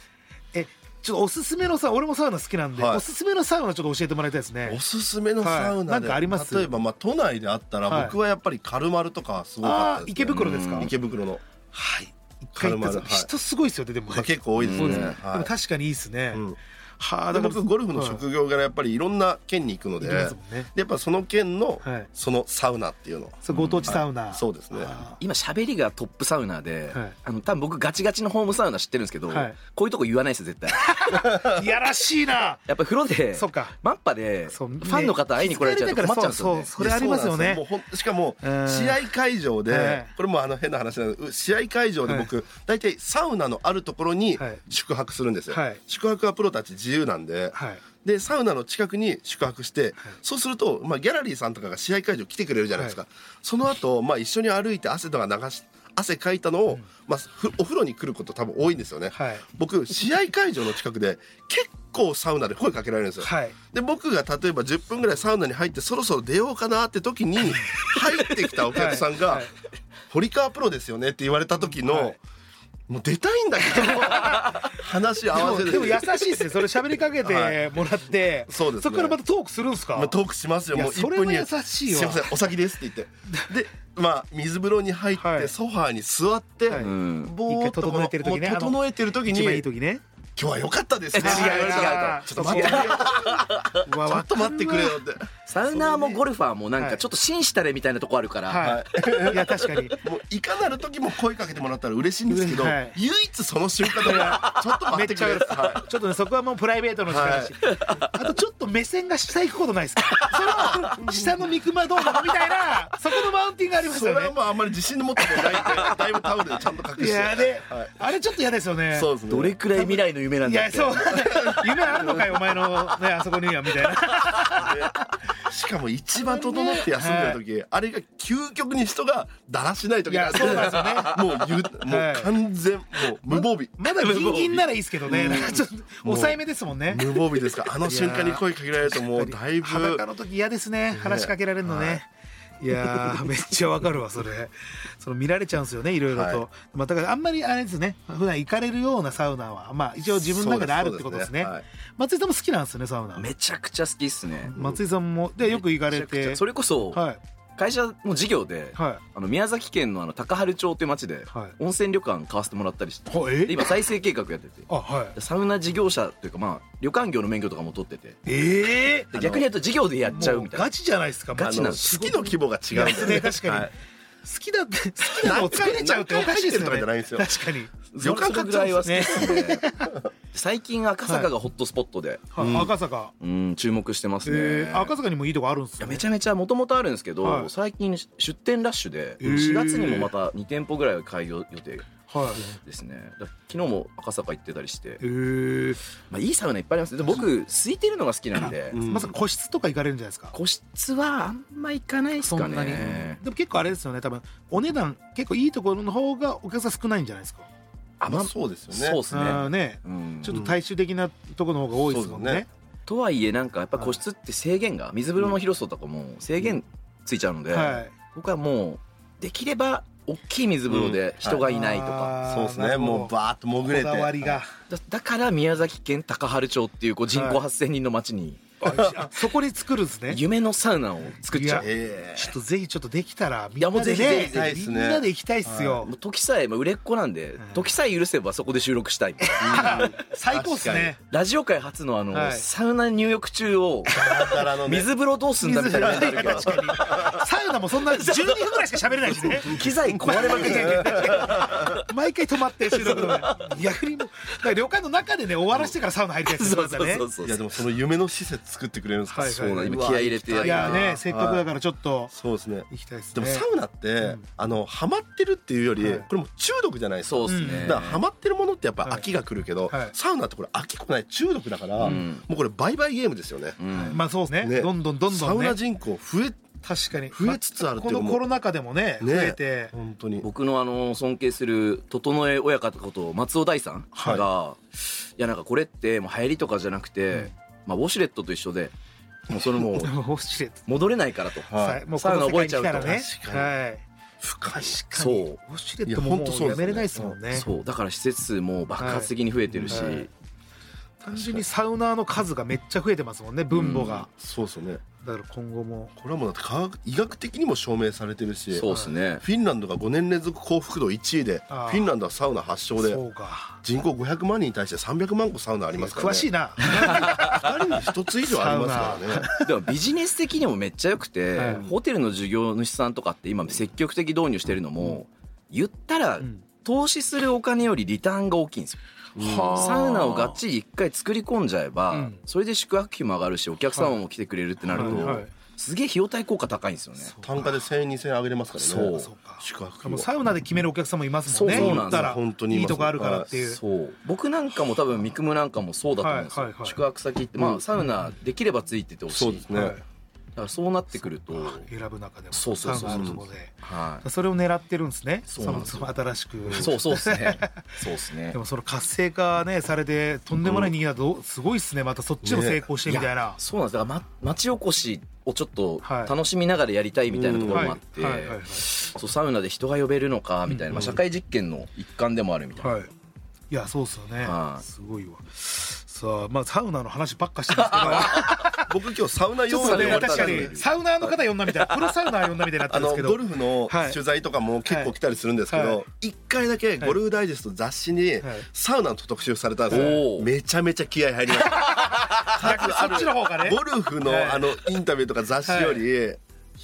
Speaker 2: えちょっとおすすめのさ俺もサウナ好きなんで、
Speaker 4: はい
Speaker 2: おすすめのサウナちょっと教えてもらいたいです
Speaker 4: お
Speaker 2: ね
Speaker 4: すすめのサウナで、
Speaker 2: はいなんかあります
Speaker 4: 例えば、まあ、都内であったら、
Speaker 2: はい
Speaker 4: 僕はやっぱりカルマルとかすごかっ
Speaker 2: ああ
Speaker 4: たです、ね、
Speaker 2: 池袋ですか
Speaker 4: 池袋の、
Speaker 2: はい一回行ったんですよ
Speaker 4: 軽々はい
Speaker 2: 人すごいっすよねでもね
Speaker 4: まあ、結構多いですね、
Speaker 3: うん
Speaker 2: そうですねでも
Speaker 4: は
Speaker 2: 確かにいいっすね、
Speaker 4: いうん
Speaker 2: はあ
Speaker 4: で
Speaker 2: だから
Speaker 4: 僕ゴルフの職業からやっぱりいろんな県に行くので,、
Speaker 2: はい行きますもんね
Speaker 4: でやっぱその県の
Speaker 2: はい
Speaker 4: そのサウナっていうの、
Speaker 2: そうご当地サウナ、
Speaker 4: そうですね
Speaker 2: あ
Speaker 3: 今喋りがトップサウナで、
Speaker 2: はい
Speaker 3: あの多分僕ガチガチのホームサウナ知ってるんですけど、
Speaker 2: はい
Speaker 3: こういうとこ言わないですよ絶対
Speaker 2: ーいやらしいな
Speaker 3: やっぱり風呂で
Speaker 2: そうか
Speaker 3: マッパでフ
Speaker 2: そう
Speaker 3: ァンの方会いに来られちゃうと困っちゃうんですよね
Speaker 2: そうそれありますよね
Speaker 4: いやそうなんですよもうほんしか
Speaker 2: う
Speaker 4: も
Speaker 2: ん
Speaker 4: 試合会場で
Speaker 2: ええ
Speaker 4: これもあの変な話なんですう試合会場で僕、大体サウナのあるところに
Speaker 2: はい
Speaker 4: 宿泊するんですよ、
Speaker 2: はい
Speaker 4: 宿泊はプロたち自由なんで、
Speaker 2: はい
Speaker 4: でサウナの近くに宿泊して、そうすると、まあ、ギャラリーさんとかが試合会場来てくれるじゃないですか、
Speaker 2: は
Speaker 4: その後、まあ一緒に歩いて汗とか流し汗かいたのを、まあ、ふお風呂に来ること多分多いんですよね、
Speaker 2: はい
Speaker 4: 僕試合会場の近くで結構サウナで声かけられるんですよ、
Speaker 2: はい
Speaker 4: で僕が例えば10分ぐらいサウナに入ってそろそろ出ようかなって時に入ってきたお客さんが「
Speaker 2: はい
Speaker 4: 堀川プロですよね」って言われた時の、
Speaker 2: はい
Speaker 4: もう出たいんだけ
Speaker 2: [LAUGHS]
Speaker 4: ど話合
Speaker 2: で
Speaker 4: わ
Speaker 2: も
Speaker 4: せる
Speaker 2: でも優しいですねそれ喋りかけてもらって、
Speaker 4: そうですね
Speaker 2: こからまたトークするんですか、
Speaker 4: まあ、トークしますよ
Speaker 2: いや
Speaker 4: もう1
Speaker 2: それ
Speaker 4: 分
Speaker 2: は
Speaker 4: に
Speaker 2: 優しいわ
Speaker 4: すいませんお先です」って言ってでまあ水風呂に入って、
Speaker 2: はい
Speaker 4: ソファーに座って、
Speaker 2: はい
Speaker 3: うん
Speaker 4: ぼーっとこの
Speaker 2: 一回整えてる時ね
Speaker 4: もう整えてる時に
Speaker 2: 一番いい時ね
Speaker 4: 「今日は良かったですね」
Speaker 3: 違う違う
Speaker 4: ちょっと待ってくれよ
Speaker 2: うわ
Speaker 4: ちょっと待ってくれよって。
Speaker 3: サウナーもゴルファーもなん
Speaker 2: は
Speaker 3: か
Speaker 2: い
Speaker 3: ちょっと紳士たれみたいなとこあるから、
Speaker 2: はい、いや確かに
Speaker 4: もういかなる時も声かけてもらったら嬉しいんですけど、
Speaker 2: はい
Speaker 4: 唯一その瞬間でちょっと待
Speaker 2: め
Speaker 4: っ
Speaker 2: ってち
Speaker 4: く
Speaker 2: ゃ
Speaker 4: れ
Speaker 2: 分かる
Speaker 4: は
Speaker 2: ちょっとねそこはもうプライベートの時間だし、あとちょっと目線が下行くことないですかそれは下の三熊どうなのみたい
Speaker 4: [LAUGHS]
Speaker 2: なそこのマウンティングあり
Speaker 4: い
Speaker 2: ます
Speaker 4: それ
Speaker 2: よ
Speaker 4: は
Speaker 2: ね
Speaker 4: もうあんまり自信持ってもないんでだいぶタオルでちゃんと隠
Speaker 2: い
Speaker 4: して
Speaker 2: やで、
Speaker 4: はい
Speaker 2: あれちょっと嫌ですよね
Speaker 4: そうですね
Speaker 3: どれくらい未来の夢なん
Speaker 2: い
Speaker 3: だっ
Speaker 2: や
Speaker 3: て
Speaker 2: そう夢あるのかいお前のねあそこにはみたいな
Speaker 4: しかも一番整って休んでる時、あれが究極に人がだらしない時
Speaker 2: いやそうなんですよね
Speaker 4: もうゆも
Speaker 2: は
Speaker 4: う
Speaker 2: い
Speaker 4: 完全もう無防備
Speaker 2: まだギンギンならいいですけどねなん [LAUGHS] かちょっと抑えめですもんね
Speaker 4: 無防備ですからあの瞬間に声かけられるともうだいぶ
Speaker 2: 裸の時嫌ですね話しかけられるのね、いやーめっちゃわかるわそれその見られちゃうんですよねいろいろと、
Speaker 4: はい
Speaker 2: まあ、だからあんまりあれですね普段行かれるようなサウナはまあ一応自分の中であるってことですね
Speaker 4: そうですそうです
Speaker 2: 松井さんも好きなんですよねサウナ
Speaker 3: めちゃくちゃ好きっすね
Speaker 2: 松井さんもでよく行かれ
Speaker 3: めちゃくち
Speaker 2: て
Speaker 3: ゃそれこそ
Speaker 2: はい
Speaker 3: 会社の事業で、
Speaker 2: は
Speaker 3: あの宮崎県のあの高原町っていう町で
Speaker 2: はい
Speaker 3: 温泉旅館買わせてもらったりして、
Speaker 2: いはえ
Speaker 3: で今再生計画やってて
Speaker 2: あはい
Speaker 3: サウナ事業者というかまあ旅館業の免許とかも取ってて
Speaker 2: ええ
Speaker 3: で逆に言うと事業でやっちゃうみたいな
Speaker 2: ガチじゃないですか
Speaker 3: ガチ
Speaker 4: あ
Speaker 3: な
Speaker 4: の
Speaker 3: んです
Speaker 4: 好きの規模が違うん
Speaker 2: ですね確かに、
Speaker 4: はい
Speaker 2: 好きだって好きなのを作れちゃうっておかしいですよね
Speaker 4: 何回入ってるとかじゃないんですよ
Speaker 2: 確かに
Speaker 4: 旅館買っちゃうんです
Speaker 3: それぐらいは好きですね最近赤坂がホットスポットで、
Speaker 2: はい赤坂、
Speaker 3: うん注目してますね、
Speaker 2: えー、赤坂にもいいとこあるんです
Speaker 3: い
Speaker 2: よ、
Speaker 3: やめ
Speaker 2: ね、
Speaker 3: ちゃめちゃもともとあるんですけど、
Speaker 2: はい
Speaker 3: 最近出店ラッシュで
Speaker 2: ー
Speaker 3: 4月にもまた2店舗ぐらい開業予定
Speaker 2: はい
Speaker 3: ですねだ昨日も赤坂行ってたりして
Speaker 2: え、ー、
Speaker 3: まあ、いいサウナいっぱいありますで僕空いてるのが好きなんで、
Speaker 4: うん
Speaker 2: まさか個室とか行かれるんじゃないですか
Speaker 3: 個室はあんま行かないです
Speaker 2: そ
Speaker 3: か
Speaker 2: んなに、
Speaker 3: ね
Speaker 2: でも結構あれですよね多分お値段結構いいところの方がお客さん少ないんじゃないですか
Speaker 3: あ
Speaker 4: ま
Speaker 3: ま
Speaker 4: あ
Speaker 3: あ
Speaker 4: そうですよね
Speaker 3: そうですね
Speaker 2: あーね
Speaker 3: うん
Speaker 2: ちょっと大衆的なところの方が多いですもんね,、
Speaker 4: そうです
Speaker 3: とはいえなんかやっぱ個室って制限が水風呂の広さとかも制限ついちゃうので、
Speaker 2: はい
Speaker 3: 僕はもうできれば大きい水風呂で人がいないと
Speaker 2: あ
Speaker 3: か、
Speaker 2: ー
Speaker 4: そうです
Speaker 2: な
Speaker 4: ね
Speaker 2: るほど
Speaker 4: もうバーッと潜れて
Speaker 2: こだわりが、
Speaker 3: だだから宮崎県高原町っていうこう人口
Speaker 2: は
Speaker 3: 8,000人の町に
Speaker 2: あ [LAUGHS] そこで作るんですね
Speaker 3: 夢のサウナを作っちゃう。
Speaker 4: ええ
Speaker 2: ちょっとぜひちょっとできたらみん
Speaker 3: や
Speaker 2: な
Speaker 3: もう
Speaker 2: で
Speaker 3: ぜひぜ
Speaker 2: ね
Speaker 3: ひ
Speaker 4: ぜひ
Speaker 2: みんなで行きたいっすよ、
Speaker 3: もう時さえ、まあ、売れっ子なんで、
Speaker 2: ん
Speaker 3: 時さえ許せばそこで収録したい
Speaker 2: [LAUGHS] 最高っすね
Speaker 3: ラジオ界初のあの、
Speaker 2: はい
Speaker 3: サウナ入浴中を
Speaker 4: 宝のね
Speaker 3: 水風呂どうすんだみたいなのになるけど
Speaker 2: サウナもそんな12分ぐらいしか喋れないですね
Speaker 3: 機材壊れまくっちゃ
Speaker 2: [LAUGHS]
Speaker 3: う
Speaker 2: 毎回泊まって収録の逆にもうだから旅館の中でね終わらせてからサウナ入りたいですね
Speaker 3: [LAUGHS] そうそう
Speaker 2: ま
Speaker 3: そうそう
Speaker 4: いやでもその夢の施設作ってくれるんですか
Speaker 2: はい
Speaker 3: そうなん
Speaker 4: う
Speaker 3: 今
Speaker 4: わ
Speaker 3: 気合い入れて
Speaker 2: た
Speaker 3: や
Speaker 2: ね
Speaker 3: る
Speaker 2: いやね
Speaker 4: い
Speaker 2: せっかくだからちょっと
Speaker 4: そうですね
Speaker 2: 行きたいです
Speaker 4: で
Speaker 2: ね
Speaker 4: もサウナって、あのハマってるっていうより、
Speaker 2: はい
Speaker 4: これもう中毒じゃないですか
Speaker 3: そうですね、
Speaker 4: だからハマってるものってやっぱ
Speaker 2: はい
Speaker 4: 飽きが来るけど、
Speaker 2: はい
Speaker 4: サウナってこれ飽きこない中毒だから、
Speaker 3: ん
Speaker 4: もうこれバイバイゲームですよね、
Speaker 3: うん
Speaker 2: まあそうですね
Speaker 4: ね
Speaker 2: どんどんどん
Speaker 4: サ
Speaker 2: どん
Speaker 4: ウ
Speaker 2: ね
Speaker 4: ナ人口増え
Speaker 2: 確かに
Speaker 4: 増えつつあるって
Speaker 2: こ
Speaker 4: いう
Speaker 2: の
Speaker 4: のも
Speaker 2: コロナ禍でもね増
Speaker 4: ね
Speaker 2: えて
Speaker 4: 本当に
Speaker 3: 僕のあの尊敬する整え親方こと松尾大さん
Speaker 4: はい
Speaker 3: が、い、やなんかこれってもう流行りとかじゃなくて、まあ、ウォシュレットと一緒でもうそれ [LAUGHS] もう
Speaker 2: ホスチレット
Speaker 3: 戻れないからと、
Speaker 4: はい
Speaker 2: [LAUGHS] さもうこの世界に来たらね
Speaker 4: サウナ覚えちゃうと確かに
Speaker 2: はい
Speaker 4: 深い
Speaker 2: 確かに
Speaker 3: そう
Speaker 2: ホスチレットも
Speaker 4: いやほんと
Speaker 2: も
Speaker 4: そううで
Speaker 2: や
Speaker 4: すね
Speaker 2: めれないですもんね
Speaker 3: そうだから施設数も爆発的に増えてるし、
Speaker 2: はいはい単純にサウナーの数がめっちゃ増えてますもんね分母が
Speaker 4: そうですよね
Speaker 2: だから今後も
Speaker 4: これはもうだって科学医学的にも証明されてるし
Speaker 3: そうですね、
Speaker 4: フィンランドが5年連続幸福度1位でフ
Speaker 2: あー
Speaker 4: ィンランドはサウナ発祥
Speaker 2: そ
Speaker 4: で
Speaker 2: うか
Speaker 4: 人口500万人に対して300万個サウナありますから、ね、
Speaker 2: 詳しいな
Speaker 4: 2人に1つ以上ありますからね
Speaker 3: [LAUGHS] でもビジネス的にもめっちゃ良くて、
Speaker 2: はい
Speaker 3: ホテルの事業主さんとかって今積極的導入してるのも、言ったら
Speaker 2: ん
Speaker 3: 投資するお金よりリターンが大きいんですよ。サウナをがっちり一回作り込んじゃえば、
Speaker 2: うん
Speaker 3: それで宿泊費も上がるしお客様も来てくれるってなると、
Speaker 2: はいはい
Speaker 3: すげえ費用対効果高いんですよね。
Speaker 4: 単価で1000円2000円上げれますからね
Speaker 3: そう
Speaker 2: そうか
Speaker 4: 宿泊
Speaker 2: で
Speaker 4: 費
Speaker 2: も
Speaker 4: も
Speaker 2: サウナで決めるお客さんもいますもんね
Speaker 3: そうそう
Speaker 2: 言
Speaker 3: なん
Speaker 2: っ
Speaker 3: です
Speaker 2: た
Speaker 3: よ
Speaker 2: ら
Speaker 4: 本当にいます
Speaker 2: いいとこあるからっていう
Speaker 3: そう僕なんかも多分三雲なんかもそうだと思うんですよ、
Speaker 2: はいはいはい
Speaker 3: 宿泊先行って、ま
Speaker 4: う
Speaker 3: あ、
Speaker 4: ん
Speaker 3: サウナできればついててほしい
Speaker 4: そうですね、
Speaker 2: はい
Speaker 3: だからそうなってくると、
Speaker 2: 選ぶ中でも
Speaker 3: そう
Speaker 2: サ
Speaker 3: そ
Speaker 2: ウ
Speaker 3: うそう
Speaker 2: ナあるとこで
Speaker 3: は
Speaker 2: それを狙ってるんですね
Speaker 3: そうなんです
Speaker 2: そ
Speaker 3: よ
Speaker 2: の新しく
Speaker 3: い、そうそうですねそうですね
Speaker 2: [LAUGHS] でもその活性化ねされてとんでもない人気だとすごいっすねまたそっちも成功してみたいな
Speaker 3: そうなんですだから、ま、町おこしをちょっと
Speaker 2: はい
Speaker 3: 楽しみながらやりたいみたいなところもあって、
Speaker 2: はいはいはい
Speaker 3: そうサウナで人が呼べるのかみたいな、まあ、社会実験の一環でもあるみたいな、
Speaker 2: はいいやそうっすよね
Speaker 3: はい
Speaker 2: すごいわさあまあサウナの話ばっかして
Speaker 3: [LAUGHS]
Speaker 2: ますけど
Speaker 4: 僕今日サウナ
Speaker 2: ちょ
Speaker 4: 用
Speaker 2: っと
Speaker 4: 語で
Speaker 2: ね
Speaker 4: 呼ばれた
Speaker 2: 確
Speaker 4: ん
Speaker 2: か
Speaker 4: で
Speaker 2: にサウナーの方呼んだみたいなプロサウナー呼んだみたいになってる
Speaker 4: あ
Speaker 2: んで
Speaker 4: の
Speaker 2: すけど
Speaker 4: ゴルフの
Speaker 2: はい
Speaker 4: 取材とかも結構来たりするんですけ
Speaker 2: はい
Speaker 4: ど、一回だけ「ゴルフダイジェスト」雑誌にサウナの特集されたんです
Speaker 3: お
Speaker 4: よ
Speaker 3: ー
Speaker 4: めちゃめちゃ気合入りました
Speaker 2: 逆にそっちの方がね
Speaker 4: ゴルフ
Speaker 2: はい
Speaker 4: のあのインタビューとか雑誌より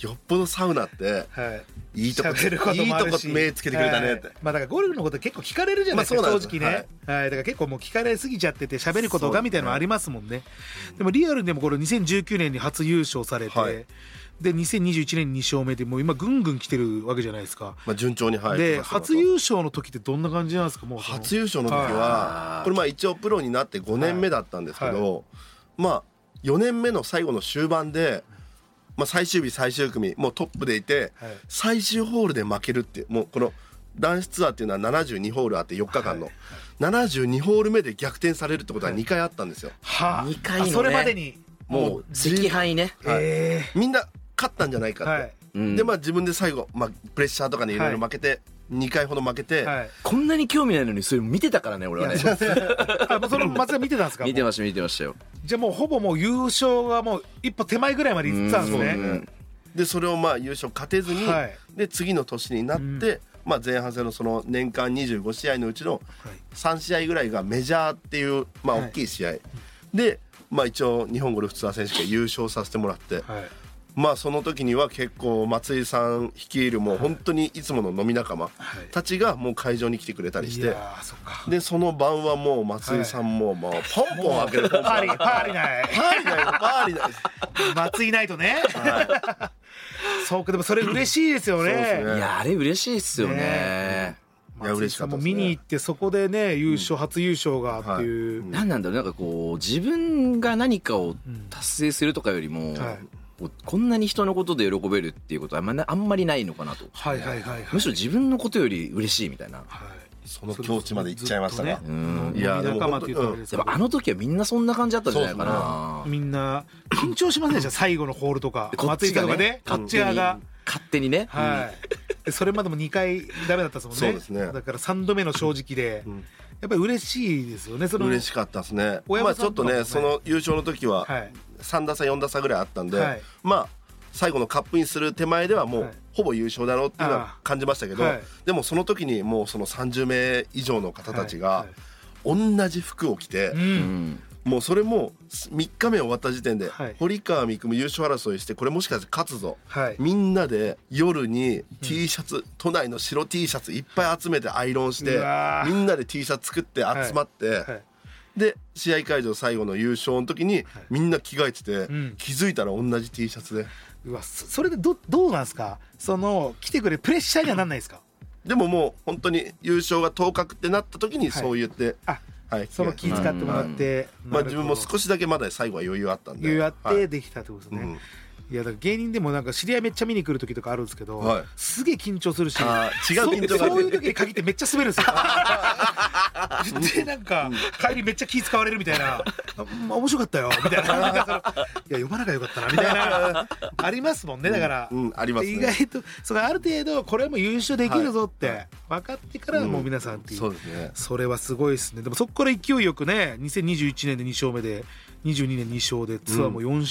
Speaker 4: よっぽどサウナって
Speaker 2: はい
Speaker 4: いいとこ
Speaker 2: 喋ることもあるし
Speaker 4: いいとこ目つけてくれたねって
Speaker 2: はいまあだからゴルフのこと結構聞かれるじゃないですか、
Speaker 4: まあそうなんです
Speaker 2: 正直ね、はいだから結構もう聞かれすぎちゃってて喋ることがみたいなのありますもんねでもリアルでもこれ2019年に初優勝されて、
Speaker 4: はい
Speaker 2: で2021年に2勝目でもう今ぐんぐん来てるわけじゃないですか、
Speaker 4: まあ順調に入って
Speaker 2: で
Speaker 4: ますよ
Speaker 2: 初優勝の時ってどんな感じなんですかもうその
Speaker 4: 初優勝の時はこれまあ一応プロになって5年目だったんですけどまあ4年目の最後の終盤でまあ最終日最終組もうトップでいて
Speaker 2: はい
Speaker 4: 最終ホールで負けるってもうこの男子ツアーっていうのは72ホールあって4日間の72ホール目で逆転されるってことは2回あったんですよ。
Speaker 2: はあ
Speaker 3: 二回のね
Speaker 2: あそれまでに、
Speaker 3: もう赤敗ね、
Speaker 4: はい
Speaker 2: え
Speaker 4: みんな勝ったんじゃない
Speaker 2: え
Speaker 4: かっ
Speaker 2: は
Speaker 4: て
Speaker 2: い。
Speaker 3: うん
Speaker 4: でまあ自分で最後まあプレッシャーとかにいろいろ負けて2回ほど負けて
Speaker 2: はい
Speaker 3: こんなに興味ないのにそれ見てたからね俺はね
Speaker 2: あもうその松田見てたんですか
Speaker 3: 見てました見てましたよ
Speaker 2: じゃあもうほぼもう優勝はもう一歩手前ぐらいまで行ってたんですね、
Speaker 3: うん
Speaker 4: でそれをまあ優勝勝てずに、
Speaker 2: はい
Speaker 4: で次の年になって、まあ、前半戦のその年間25試合のうちの3試合ぐらいがメジャーっていう、まあ、
Speaker 2: はい
Speaker 4: 大きい試合、で、まあ、一応日本ゴルフツアー選手権優勝させてもらって、
Speaker 2: はいはい
Speaker 4: まあその時には結構松井さん率いるもう本当にいつもの飲み仲間
Speaker 2: はい
Speaker 4: たちがもう会場に来てくれたりし
Speaker 2: い
Speaker 4: て、
Speaker 2: やーそっか
Speaker 4: でその晩はもう松井さんももうポンポン開けるポンポン
Speaker 2: パーリ [LAUGHS] ーパーリーない
Speaker 4: パーリだよ [LAUGHS] パーリだよ
Speaker 2: 松井ないとね、そうかでもそれ嬉しいですよね
Speaker 4: そうですね
Speaker 3: いやあれ嬉しいっすよね
Speaker 2: ね
Speaker 4: いや嬉しかっ
Speaker 2: も
Speaker 4: たです
Speaker 2: 見
Speaker 4: ね
Speaker 2: に行ってそこでね優勝、初優勝がっていう、
Speaker 4: はい
Speaker 3: 何なんだろうなんかこう自分が何かを
Speaker 2: うん
Speaker 3: 達成するとかよりも、
Speaker 2: はい
Speaker 3: こうこんなに人のことで喜べるっていうことはあんまなあんまりないのかなと、
Speaker 2: はいはいはいはい
Speaker 3: むしろ自分のことより嬉しいみたいな
Speaker 2: はい
Speaker 4: その境地まで行っちゃいました
Speaker 2: ずっ
Speaker 4: が
Speaker 2: と
Speaker 3: う
Speaker 2: ね
Speaker 3: ん
Speaker 4: いや
Speaker 2: 飲み仲間っていうところです
Speaker 3: や
Speaker 2: け
Speaker 3: っ
Speaker 2: ど
Speaker 3: ぱあの時はみんなそんな感じだったんじゃないかな、
Speaker 2: みんな緊張しませんでした最後のホールとか
Speaker 3: こっ
Speaker 2: 松
Speaker 3: ち
Speaker 2: 井
Speaker 3: が
Speaker 2: と
Speaker 3: ね
Speaker 2: かねこっち側が。
Speaker 3: 勝手にね、
Speaker 2: はい、それまでも2回ダメだったですもんね
Speaker 4: そうですね
Speaker 2: だから3度目の正直で、
Speaker 4: うん
Speaker 2: やっぱり嬉しいですよねその
Speaker 4: 嬉しかったですね
Speaker 2: 親
Speaker 4: ま
Speaker 2: 御
Speaker 4: あち
Speaker 2: さ
Speaker 4: ょ
Speaker 2: ん
Speaker 4: っ
Speaker 2: と
Speaker 4: と
Speaker 2: かもね
Speaker 4: ねその優勝の時は
Speaker 2: はい
Speaker 4: 3打差4打差ぐらいあったんで、
Speaker 2: はい
Speaker 4: まあ最後のカップインする手前ではも
Speaker 2: はいう
Speaker 4: ほぼ優勝だろうっていうのは感じましたけど、
Speaker 2: あーはい
Speaker 4: でもその時にもうその30名以上の方たち
Speaker 2: は
Speaker 4: が同じ服を着て、
Speaker 2: いはいう
Speaker 3: うんん
Speaker 4: もうそれも3日目終わった時点で、
Speaker 2: はい
Speaker 4: 堀川未来も優勝争いしてこれもしかして勝つぞ、
Speaker 2: はい
Speaker 4: みんなで夜に T シャツ、都内の白 T シャツいっぱい集めてアイロンして
Speaker 2: うわー
Speaker 4: みんなで T シャツ作って集まって、
Speaker 2: はい
Speaker 4: で試合会場最後の優勝の時にみんな着替えてて、
Speaker 2: ん
Speaker 4: 気づいたら同じ T シャツで
Speaker 2: うわそそれでどどうなんですかその来てくれプレッシャーにはなんないですか
Speaker 4: でももう本当に優勝が当確ってなった時にそう言って、
Speaker 2: あ
Speaker 4: はい
Speaker 2: その気遣ってもらって、
Speaker 4: まあ、自分も
Speaker 2: し
Speaker 4: 少しだけまだ最後は余裕あったんで
Speaker 2: 余裕あっ
Speaker 4: はい
Speaker 2: てできたってことですね、
Speaker 4: うん
Speaker 2: いやだから芸人でもなんか知り合いめっちゃ見に来る時とかあるんですけど、
Speaker 4: はい
Speaker 2: すげえ緊張するし
Speaker 4: あー違う緊
Speaker 2: そ
Speaker 4: 張が
Speaker 2: うそういう時に限ってめっちゃ滑るん
Speaker 4: [LAUGHS]
Speaker 2: ですよでなんか帰りめっちゃ気使われるみたいな「あまあ、面白かったよ」みたいななんかその「いや読まなきゃよかったな」みたいなありますもんねだから、
Speaker 4: うんありますね
Speaker 2: 意外とそれある程度これも優勝できるぞって、分かってからもう皆さんっていう、
Speaker 4: そうですね
Speaker 2: それはすごいですねでもそこから勢いよくね2021年で2勝目で22年2勝でツアーも4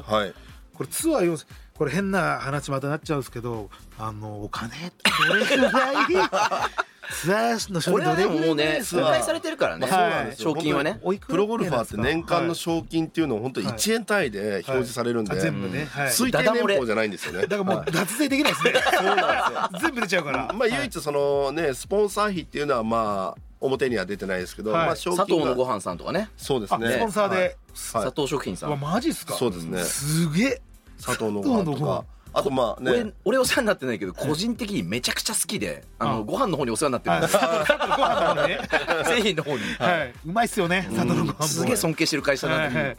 Speaker 2: 勝、
Speaker 4: はい
Speaker 2: これツアー4勝これ変な話またなっちゃうんですけどあのお金どれぐらいツアーの
Speaker 3: こ
Speaker 2: 賞金
Speaker 3: れ
Speaker 2: ど
Speaker 3: はで
Speaker 2: れ
Speaker 3: も
Speaker 2: ぐら
Speaker 3: もう
Speaker 2: いね
Speaker 3: ね公開されてるから
Speaker 2: ま
Speaker 3: ね、
Speaker 2: あそうなんです
Speaker 4: よ
Speaker 3: 賞金はね
Speaker 2: おいくら
Speaker 4: プロゴルファーって年間の
Speaker 2: はい
Speaker 4: 賞金っていうのを本当1円単位で表示されるんで、
Speaker 2: あ全部ね、はい、
Speaker 4: 推定年俸じゃないんですよね
Speaker 2: だからもう
Speaker 4: はい
Speaker 2: 脱税できないですね、
Speaker 4: そうなんですよ
Speaker 2: 全部出ちゃうから、
Speaker 4: まあ唯一そのねスポンサー費っていうのはまあ表には出てないですけど、
Speaker 2: はい
Speaker 4: まあ賞
Speaker 3: 佐藤
Speaker 4: 金
Speaker 3: のご
Speaker 4: が
Speaker 3: 飯さんとかね
Speaker 4: そうです
Speaker 2: あ
Speaker 4: ね
Speaker 2: スポンサーで、
Speaker 4: はい
Speaker 3: 佐藤食品さ
Speaker 2: うわ
Speaker 3: ん、
Speaker 2: マジっすか
Speaker 4: そうですね
Speaker 2: すげえ
Speaker 4: 佐藤のご飯とかあとまあね
Speaker 3: 俺俺お世話になってないけど個人的にめちゃくちゃ好きであの
Speaker 2: あ
Speaker 3: ご飯の方にお世話になってるん
Speaker 2: あ
Speaker 3: で [LAUGHS]
Speaker 2: 佐藤のご飯の方にね
Speaker 3: 製品の方に、
Speaker 2: はいうまいっすよね佐藤のご飯も
Speaker 3: すげえ尊敬してる会社なんだけど、
Speaker 2: はいはい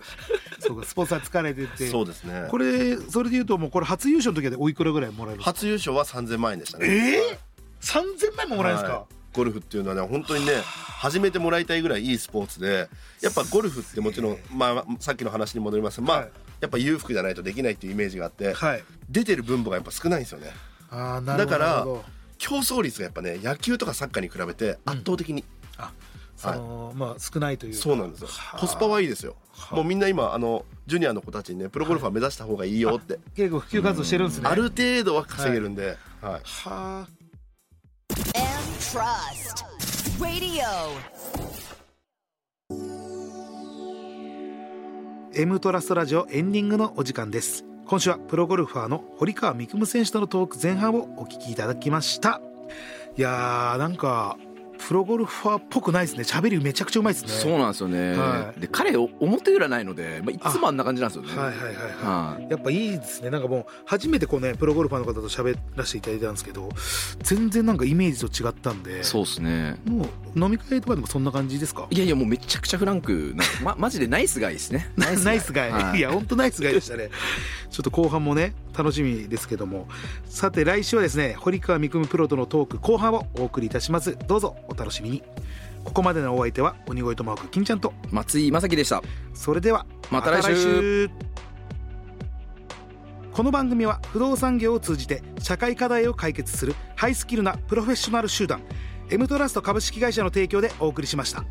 Speaker 2: そうかスポンサー疲れてて
Speaker 4: そうですね
Speaker 2: これそれでいうともうこれ初優勝の時はおいくらぐらいもらえる
Speaker 4: 初優勝は3000万円でしたね
Speaker 2: ええ3000万ももらえるんです
Speaker 4: は
Speaker 2: か
Speaker 4: いゴルフっていうのはね本当にね始めてもらいたいぐらいいいスポーツでやっぱゴルフってもちろん、まあ、さっきの話に戻りますまあ、
Speaker 2: はい
Speaker 4: やっぱ裕福じゃないとできないっていうイメージがあって、
Speaker 2: はい
Speaker 4: 出てる分母がやっぱ少ないんですよね
Speaker 2: ああなるほどな
Speaker 4: だか
Speaker 2: る
Speaker 4: ら
Speaker 2: ほど
Speaker 4: 競争率がやっぱね野球とかサッカーに比べて圧倒的に、
Speaker 2: あそのまあ少ないという
Speaker 4: そうなんですよコスパはいいですよもうみんな今あのジュニアの子たちにねプロゴルファー目指した方がいいよって、
Speaker 2: 結構普及活動してるんですね
Speaker 4: ある程度は稼げるんで、はい
Speaker 2: はあ
Speaker 1: M Trust Radio.
Speaker 2: M トラストラジオエンディングのお時間です今週はプロゴルファーの堀川未来選手とのトーク前半をお聞きいただきましたいやーなんかプロゴルファーっぽくないですね喋りめちゃくちゃうまいですね
Speaker 3: そうなんですよね、
Speaker 2: はい
Speaker 3: で彼お表裏ないので、まあ、いつもあんな感じなんですよね、
Speaker 2: はいはいはいはい
Speaker 3: はい
Speaker 2: やっぱいいですねなんかもう初めてこうねプロゴルファーの方と喋らせていただいたんですけど全然なんかイメージと違ったんで
Speaker 3: そうですね
Speaker 2: もう飲み会とかでもそんな感じですか
Speaker 3: いやいやもうめちゃくちゃフランクな、ま、マジでナイスガイですね [LAUGHS]
Speaker 2: ナイスガイ、
Speaker 3: はい
Speaker 2: い、や本当ナイスガイでしたねちょっと後半もね楽しみですけどもさて来週はですね堀川未来プロとのトーク後半をお送りいたしますどうぞお楽しみにここまでのお相手は鬼越トマホーク金ちゃんと
Speaker 3: 松井正樹でした
Speaker 2: それでは
Speaker 3: また来週
Speaker 2: この番組は不動産業を通じて社会課題を解決するハイスキルなプロフェッショナル集団 M トラスト株式会社の提供でお送りしました。